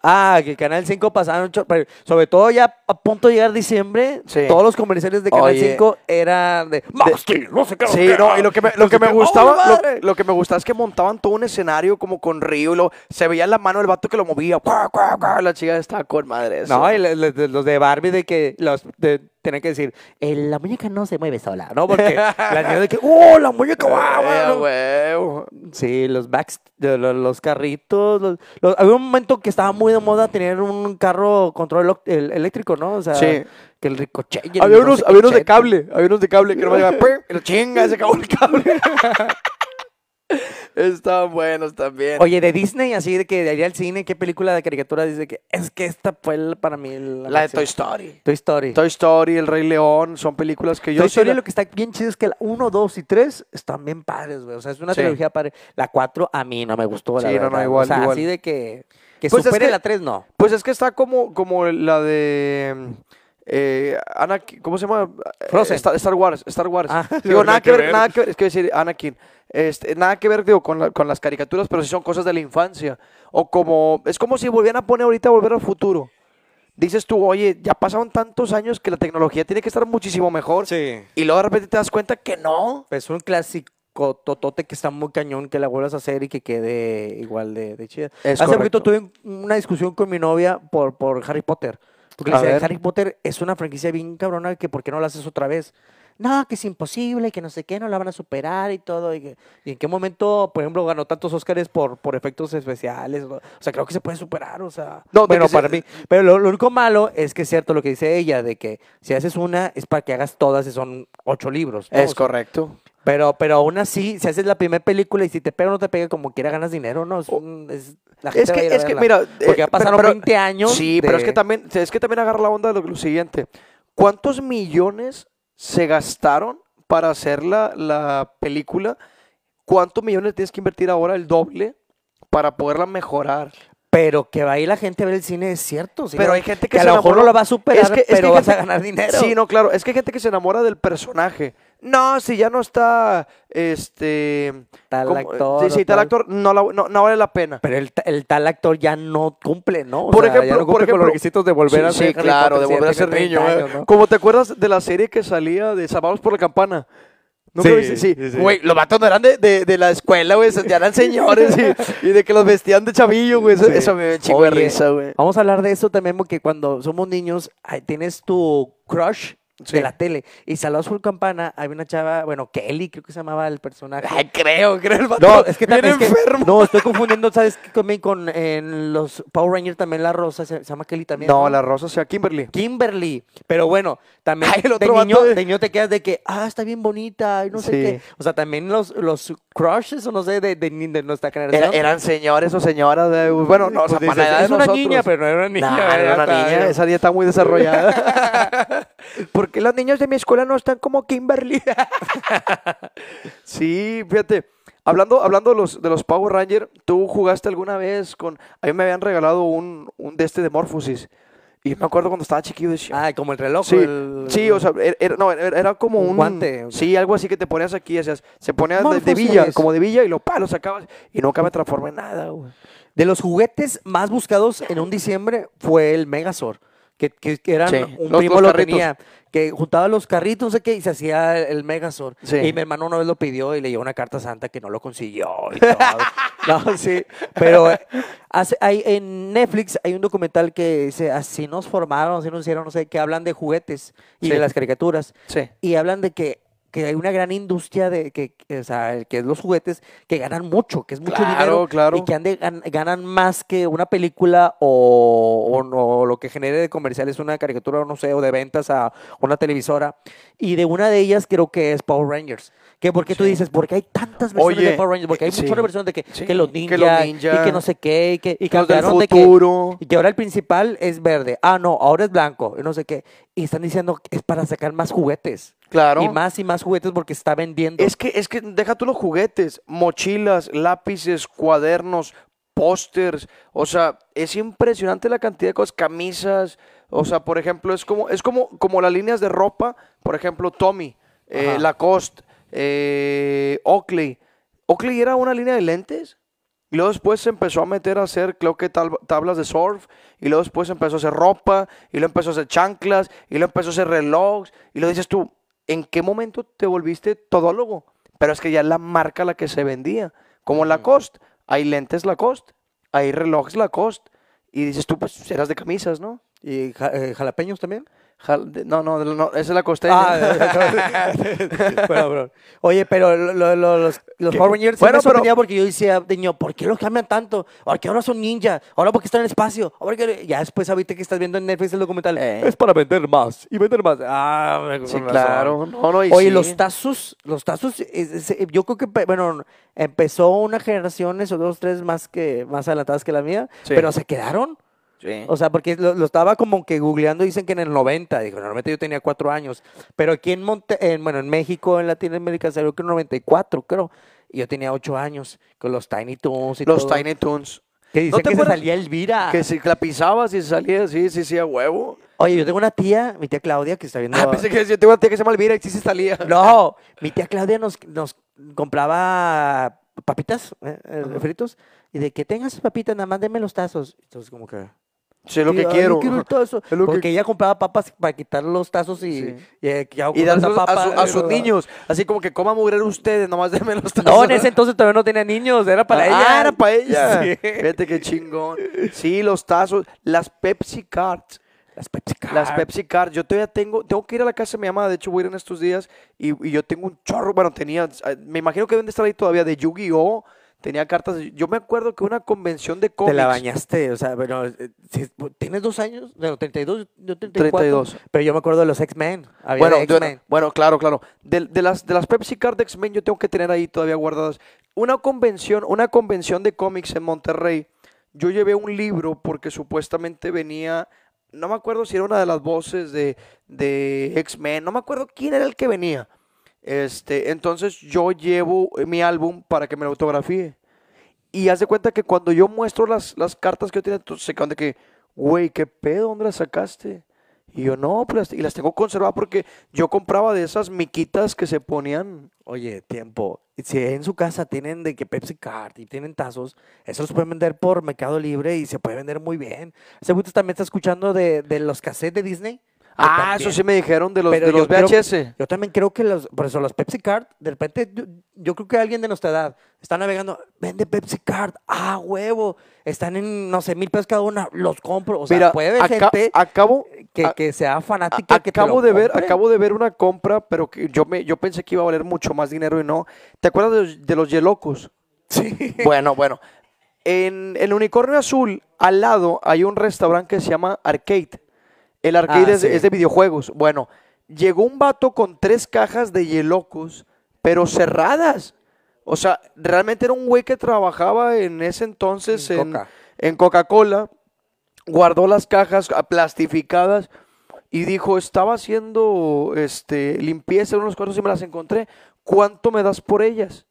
B: Ah, que Canal 5 pasaron, cho- pero sobre todo ya a punto de llegar diciembre,
A: Sí.
B: todos los comerciales de Canal
A: Oye.
B: 5 eran de... "Max Steel, no sé qué, no
A: Sí,
B: sé qué".
A: no, y lo que me, lo que me
B: ¡Oh,
A: gustaba, lo-
B: madre!
A: lo, que me gustaba es que montaban todo un escenario como con río y lo, se veía la mano del vato que lo movía. cuá, cuá, cuá, la chica estaba con madre. eso.
B: No, y le- le- de- los de Barbie de que los de- tenían que decir, "Eh, la muñeca no se mueve sola, ¿no? Porque la niña de que, ¡oh, la muñeca va!
A: Eh,
B: va,
A: a
B: no".
A: huevo.
B: Sí, los backs, de lo- los, carritos. Los, los- había un momento que estaba muy de moda tener un carro control elec- el- eléctrico, ¿no? O sea,
A: Sí.
B: que el ricochet. y el
A: Había
B: no
A: unos,
B: sé
A: había unos de
B: cochete.
A: cable, había unos de cable que no me llegaba. ¡pum! Y lo chinga, se acabó el cable. Están buenos también.
B: Oye, de Disney, así de que de ir al cine, ¿qué película de caricatura dice que es que esta fue el- para mí la,
A: la de
B: máxima"?
A: Toy Story.
B: Toy Story?
A: Toy Story, El Rey León, son películas que yo
B: Toy
A: sí
B: Story
A: la-
B: lo que está bien chido es que la 1, 2 y 3 están bien padres, güey. O sea, es una
A: Sí.
B: trilogía padre. La 4 a mí no me gustó, la
A: Sí, no, no,
B: verdad.
A: igual,
B: o sea,
A: igual.
B: así de que, que
A: Pues es
B: supere
A: que-
B: la 3, no.
A: Pues es que está como, como la de. Eh, Anakin- ¿Cómo se llama? Eh,
B: Frozen.
A: Star, Star Wars. Star Wars.
B: Ah.
A: digo, nada que ver, nada que ver. Es que decir, Anakin. Este, nada que ver, digo, con, la- con las caricaturas, pero sí son cosas de la infancia. O como. Es como si volvieran a poner ahorita volver al futuro. Dices tú, oye, ya pasaron tantos años que la tecnología tiene que estar muchísimo mejor.
B: Sí.
A: Y luego de repente te das cuenta que no.
B: Es un clásico totote que está muy cañón que la vuelvas a hacer y que quede igual de, de chida.
A: Es
B: Hace
A: correcto.
B: poquito tuve un- una discusión con mi novia por, por Harry Potter. Porque le
A: A
B: decía,
A: ver.
B: Harry Potter es una franquicia bien cabrona que ¿por qué no la haces otra vez? No, que es imposible, que no sé qué, no la van a superar y todo. ¿Y, que- y en qué momento, por ejemplo, ganó tantos Óscares por, por efectos especiales? ¿no? O sea, creo que se puede superar, o sea...
A: No, de
B: bueno,
A: que se-
B: para mí. Pero lo, lo único malo es que es cierto lo que dice ella, de que si haces una es para que hagas todas y son ocho libros. ¿no? O
A: Es
B: sea,
A: correcto.
B: pero, pero aún así, si haces la primera película y si te pega o no te pega, como quiera ganas dinero, ¿no? Es,
A: O-
B: un- es- la gente
A: Es
B: va a
A: que,
B: ir a
A: es que,
B: verla.
A: mira. eh,
B: Porque ya
A: pero-
B: pasaron
A: pero-
B: 20 años.
A: Sí, pero es que
B: de-
A: también, es que también agarra la onda de lo, lo siguiente. ¿Cuántos millones se gastaron para hacer la, la película? ¿Cuántos millones tienes que invertir ahora el doble para poderla mejorar?
B: Pero que va a ir la gente a ver el cine, es cierto. sí,
A: Pero
B: ¿no?
A: hay gente que
B: a
A: se
B: lo mejor no
A: enamoró.
B: lo va a superar,
A: Es que- es que
B: pero
A: hay
B: vas a
A: gente-
B: ganar dinero.
A: Sí, no, claro. Es que hay gente que se enamora del personaje. No, si ya no está, este...
B: Tal
A: como-
B: actor.
A: Sí, sí,
B: o
A: tal actor, no, la- no, no vale la pena.
B: Pero el, ta- el tal actor ya no cumple, ¿no? O
A: Por
B: sea, ya
A: ejemplo- por
B: no cumple con
A: ejemplo-
B: los requisitos de volver a
A: sí,
B: ser
A: sí,
B: Harry
A: claro, de
B: Potter si ya
A: volver a
B: tiene
A: ser
B: 30
A: niño. ¿eh?
B: años, ¿no?
A: Como te acuerdas de la serie que salía de Salvados por la Campana. ¿Nunca
C: Sí,
A: viste? Sí,
C: sí, sí.
A: güey, los vatos no eran de, de, de la escuela, güey, se- ya eran señores y, y de que los vestían de chavillo, güey. Eso,
B: Sí.
A: Pues, eso me da un chingo de
B: Oye,
A: risa, güey.
B: Vamos a hablar de eso también porque cuando somos niños ay, tienes tu crush
A: Sí.
B: de la tele. Y Salvador Azul Campana, hay una chava, bueno, Kelly creo que se llamaba el personaje.
A: Ay, creo, creo el vato.
B: no, es que
A: bien
B: también es que-
A: enfermo.
B: No, estoy confundiendo, ¿sabes? qué? Con, con en los Power Rangers también la rosa se, se llama Kelly también.
A: No, la rosa sea Kimberly.
B: Kimberly. Pero bueno, también
A: Ay, el
B: de,
A: otro vato
B: niño,
A: de-
B: de niño te quedas de que, ah, está bien bonita, y no sé
A: Sí.
B: qué. O sea, también los, los crushes, o no sé, de, de, de nuestra
A: Era-
B: generación.
A: eran señores o señoras. de- bueno, no, o sea,
B: Pues
A: para la
B: dices,
A: edad de
B: es una
A: nosotros.
B: niña, pero no era una niña.
A: Nah,
B: ¿verdad?
A: era una
B: Está
A: niña,
B: bien.
A: esa niña está muy desarrollada. Porque los niños de mi escuela no están como Kimberly. sí, fíjate. Hablando, hablando de, los, de los Power Rangers, ¿tú jugaste alguna vez con...? A mí me habían regalado un, un de este de Morphosis. Y me acuerdo cuando estaba chiquillo decía...
B: Ah, como el reloj.
A: Sí,
B: el-
A: sí, o sea, er- era, no, era, era como
B: Un
A: un,
B: guante.
A: Sí, algo así que te ponías aquí, hacías, se ponía de, de villa,
B: Morphosis.
A: como de villa, y lo pa, lo sacabas, y nunca me transformé en nada, güey.
B: De los juguetes más buscados en un diciembre fue el Megazord. Que, que, que eran
A: Sí,
B: un
A: los-
B: primo
A: los
B: lo
A: carritos.
B: tenía, que juntaba los carritos, no sé qué, y se hacía el Megazord.
A: Sí.
B: Y mi hermano una vez lo pidió y le llegó una carta a santa que no lo consiguió. y todo. no, sí. Pero eh, hace- hay, en Netflix hay un documental que dice así nos formaron, así nos hicieron, no sé, que hablan de juguetes y
A: Sí.
B: de las caricaturas.
A: Sí.
B: y hablan de que, que hay una gran industria de que, que, o sea, el que es los juguetes que ganan mucho, que es mucho
A: Claro,
B: dinero
A: claro.
B: y que han de gan- ganan más que una película o, o no, lo que genere de comerciales una caricatura o no sé, o de ventas a una televisora. Y de una de ellas creo que es Power Rangers. Que porque tú
A: Sí.
B: dices, porque hay tantas versiones de
A: Oye,
B: Power Rangers? Porque hay
A: eh, sí.
B: muchas versiones de que,
A: Sí,
B: que los
A: que
B: ninjas
A: los
B: y
A: ninja,
B: que no sé qué y que y
A: Los del
B: cambiaron de que-
A: futuro.
B: y que ahora el principal es verde. Ah, no, ahora es blanco. Y no sé qué. Y están diciendo que es para sacar más juguetes.
A: Claro.
B: Y más y más juguetes porque está vendiendo.
A: Es que, es que deja tú los juguetes, mochilas, lápices, cuadernos, pósters. O sea, es impresionante la cantidad de cosas, camisas. O sea, por ejemplo, es como, es como, como las líneas de ropa, por ejemplo, Tommy, eh,
B: Ajá.
A: Lacoste, eh, Oakley. Oakley era una línea de lentes. Y luego después se empezó a meter a hacer, creo que tal- tablas de surf. Y luego después empezó a hacer ropa. Y luego empezó a hacer chanclas. Y luego empezó a hacer relojes. Y lo dices tú, ¿en qué momento te volviste todólogo? Pero es que ya es la marca la que se vendía. Como Lacoste. Hay lentes Lacoste. Hay relojes Lacoste. Y dices tú, pues eras de camisas, ¿no?
B: ¿Y ja- eh, jalapeños también?
A: Jal- de- No, no, no, esa es la costeña.
B: Ah, pero, bro. Oye, pero lo- lo- lo- los, los
A: ¿Qué?
B: Power
A: Bueno,
B: Rangers bueno,
A: pero-
B: me sorprendía porque yo decía, de niño, ¿por qué los cambian tanto? Ahora que ahora son ninjas, ahora porque están en el espacio, ahora que... Ya después ahorita que estás viendo en Netflix el documental,
A: Eh.
B: es para vender más y vender más. Ah, me-
A: sí,
B: con razón.
A: claro. No, no, y
B: Oye,
A: sí.
B: los tazos, los tazos, es- es- yo creo que, pe- bueno, empezó una generaciones o dos, tres más que más adelantadas que la mía,
A: Sí.
B: pero se quedaron.
A: Sí.
B: O sea, porque lo, lo estaba como que googleando, dicen que en el 90, digo, normalmente yo tenía cuatro años, pero aquí en, Monte, en, bueno, en México, en Latinoamérica, salió que en 94, creo, y yo tenía ocho años, con los Tiny Toons y
A: Los
B: todo,
A: Tiny Toons.
B: Que dicen
A: ¿No te
B: que se
A: acuerdas?
B: salía Elvira.
A: Que si la pisabas y salía, sí, sí, sí, a huevo.
B: Oye, yo tengo una tía, mi tía Claudia, que está viendo...
A: Ah, pensé que yo tengo una tía que se llama Elvira y sí, sí salía.
B: No, mi tía Claudia nos, nos compraba papitas, eh, eh, fritos, y de que tengas papitas, nada más deme los tazos. Entonces, como que...
A: Sí, es lo
B: "Tía,
A: que
B: yo
A: quiero.
B: el tazo.
A: Es lo que-
B: Porque ella compraba papas para quitar los tazos y,
A: Sí.
B: y, eh, ya
A: Y
B: con
A: dar a,
B: tanta
A: sus- a
B: papa,
A: su- a sus
B: eh,
A: niños. Así como que coman mugre ustedes, nomás denme los tazos.
B: No, en ese entonces todavía no tenía niños, era para
A: Ah,
B: ella.
A: era para ella.
B: Sí.
A: Fíjate qué chingón. Sí, los tazos, las Pepsi Cards.
B: Las Pepsi
A: Las
B: Cards.
A: Pepsi Cards. Yo todavía tengo, tengo que ir a la casa de mi mamá, de hecho voy a ir en estos días y, y yo tengo un chorro, bueno, tenía, eh, me imagino que deben de estar ahí todavía de Yu-Gi-Oh, tenía cartas. de- Yo me acuerdo que una convención de cómics.
B: Te la bañaste, o sea, pero eh, si- tienes dos años, no, 32, yo 34,
A: 32.
B: pero yo me acuerdo de los X-Men, había
A: Bueno,
B: de
A: yo-
B: X-Men.
A: bueno, claro, claro. De, de las, de las Pepsi Card de X-Men yo tengo que tener ahí todavía guardadas. Una convención, una convención de cómics en Monterrey. Yo llevé un libro porque supuestamente venía, no me acuerdo si era una de las voces de, de X-Men, no me acuerdo quién era el que venía. Este, entonces yo llevo eh, mi álbum para que me lo autografíe. Y haz de cuenta que cuando yo muestro las, las cartas que yo tenía, entonces se quedan de que, güey, ¿qué pedo? ¿Dónde las sacaste? Y yo, no, pues, y las tengo conservadas porque yo compraba de esas miquitas que se ponían.
B: Oye, tiempo. Si en su casa tienen de que Pepsi Card y tienen tazos, eso los pueden vender por Mercado Libre y se puede vender muy bien. Seguro también está escuchando de, de los cassettes de Disney. que
A: Ah, eso
B: también-
A: sí me dijeron de los, de
B: Pero yo
A: los
B: creo-
A: VHS.
B: Yo también creo que los, por eso los Pepsi Card, de repente, yo, yo creo que alguien de nuestra edad está navegando, vende Pepsi Card, ah, huevo, están en, no sé, mil pesos cada una, los compro. O sea,
A: Mira,
B: puede haber
A: aca-
B: gente
A: acabo,
B: que,
A: a-
B: que sea
A: a-
B: fanática que te lo
A: acabo de ver,
B: compre.
A: acabo de ver una compra, pero que yo me, yo pensé que iba a valer mucho más dinero y no. ¿Te acuerdas de los, de los Yelocos?
B: Sí.
A: Bueno, bueno. En el Unicornio Azul, al lado, hay un restaurante que se llama Arcade. El arcade
B: Ah,
A: es,
B: sí.
A: es de videojuegos. Bueno, llegó un vato con tres cajas de Yelocos, pero cerradas. O sea, realmente era un güey que trabajaba en ese entonces
B: En
A: en,
B: Coca.
A: en Coca-Cola. Guardó las cajas ah, plastificadas y dijo, estaba haciendo este, limpieza en unos cuartos y me las encontré. ¿Cuánto me das por ellas?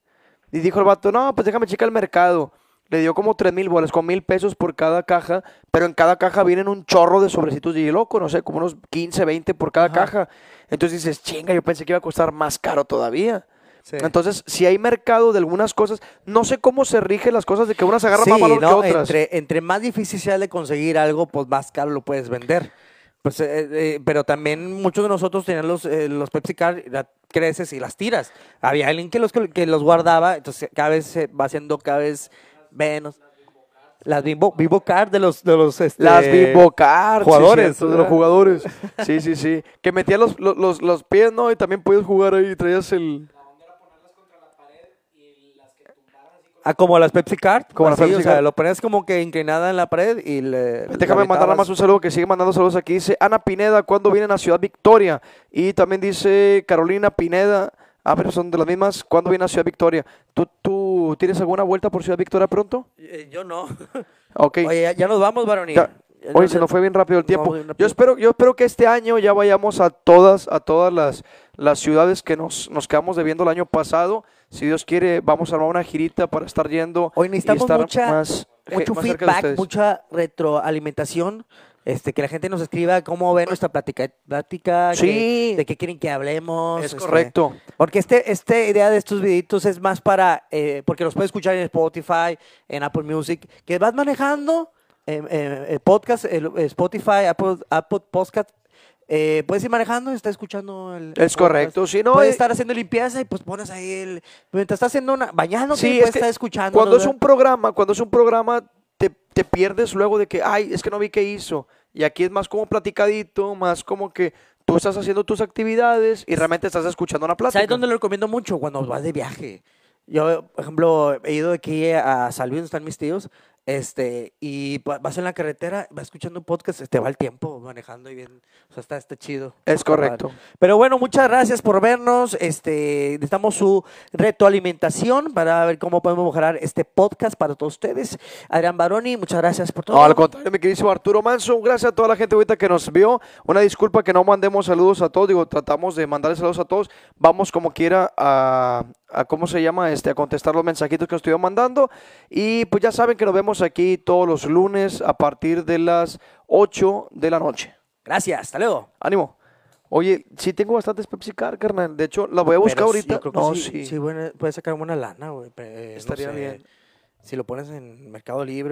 A: Y dijo el vato, no, pues déjame checar el mercado. Le dio como tres mil bolas, con mil pesos por cada caja, pero en cada caja vienen un chorro de sobrecitos de loco, no sé, como unos 15, 20 por cada
B: Ajá.
A: caja. Entonces dices, chinga, yo pensé que iba a costar más caro todavía.
B: Sí.
A: Entonces, si hay mercado de algunas cosas, no sé cómo se rigen las cosas de que unas agarran más valor
B: ¿no?
A: que otras.
B: Entre, entre más difícil sea de conseguir algo, pues más caro lo puedes vender. Pues, eh, eh, pero también muchos de nosotros tenían los, eh, los Pepsi Card, la- creces y las tiras. Había alguien que los, que los guardaba, entonces cada vez se va haciendo cada vez menos. Las Bimbo, Bimbo Card de los... De los este,
A: Las bivocar,
B: jugadores,
A: de los
B: ¿verdad?
A: Eh, jugadores. Sí, sí, sí. Que metías los, los, los, los pies, ¿no? Y también podías jugar ahí, traías el...
B: Ah, como las Pepsi Card.
A: Como las
B: así,
A: Pepsi
B: o sea,
A: Card.
B: lo ponías como que inclinada en la pared y le...
A: Déjame mandar nada más un saludo que sigue mandando saludos aquí. Dice Ana Pineda, ¿cuándo vienen a Ciudad Victoria? Y también dice Carolina Pineda. Ah, pero son de las mismas. ¿Cuándo vienen a Ciudad Victoria? ¿Tú, tú tienes alguna vuelta por Ciudad Victoria pronto?
B: Eh, yo no.
A: Ok.
B: Oye, ya, ya nos vamos, varonil.
A: Ya.
B: Ya
A: Oye,
B: nos-
A: se nos fue bien rápido el
B: Eh, no,
A: tiempo.
B: bien
A: Yo
B: rápido.
A: espero, yo espero que este año ya vayamos a todas, a todas las, las ciudades que nos, nos quedamos debiendo el año pasado. Si Dios quiere, vamos a armar una girita para estar yendo.
B: Hoy necesitamos
A: y estar
B: mucha-
A: más,
B: mucho
A: más cerca de
B: feedback,
A: ustedes.
B: mucha retroalimentación. Este, que la gente nos escriba cómo ve nuestra plática, plática que-
A: Sí.
B: de qué quieren que hablemos.
A: Es
B: este,
A: correcto.
B: porque este, esta idea de estos videitos es más para, eh, porque los puedes escuchar en Spotify, en Apple Music, que vas manejando eh, eh, el podcast, el, eh, Spotify, Apple, Apple Podcast. eh, puedes ir manejando y estás escuchando el. el
A: Es
B: podcast.
A: correcto, sí, no,
B: Puedes
A: eh,
B: estar haciendo limpieza y pues pones ahí el. Mientras estás haciendo una. Bañándote,
A: Sí, es
B: puedes
A: que
B: estar escuchando.
A: Cuando es un programa, cuando es un programa, te, te pierdes luego de que, ay, es que no vi qué hizo. Y aquí es más como platicadito, más como que tú estás haciendo tus actividades y realmente estás escuchando una plática.
B: ¿Sabes dónde lo recomiendo mucho? Cuando vas de viaje. Yo, por ejemplo, he ido aquí a San Luis, donde están mis tíos, este, y va- vas en la carretera, vas escuchando un podcast, te va el tiempo manejando y bien, o sea, está, está chido.
A: Es correcto.
B: Pero bueno, muchas gracias por vernos, este, necesitamos su retroalimentación para ver cómo podemos mejorar este podcast para todos ustedes. Adrián Baroni, muchas gracias por todo.
A: No, al contrario, mi queridísimo Arturo Manso, gracias a toda la gente ahorita que nos vio. Una disculpa que no mandemos saludos a todos, digo, tratamos de mandarles saludos a todos. Vamos como quiera a, a ¿cómo se llama? Este, a contestar los mensajitos que nos estuvieron mandando. Y pues ya saben que nos vemos aquí todos los lunes a partir de las 8 de la noche.
B: Gracias, hasta luego.
A: Ánimo. Oye, sí tengo bastantes Pepsi Car, carnal. De hecho, la voy a buscar
B: Pero
A: ahorita.
B: Yo creo que
A: no,
B: sí,
A: sí.
B: sí, bueno, puedes sacar una lana, güey. pe- eh, no
A: Estaría
B: sé,
A: bien.
B: Si lo pones en Mercado Libre.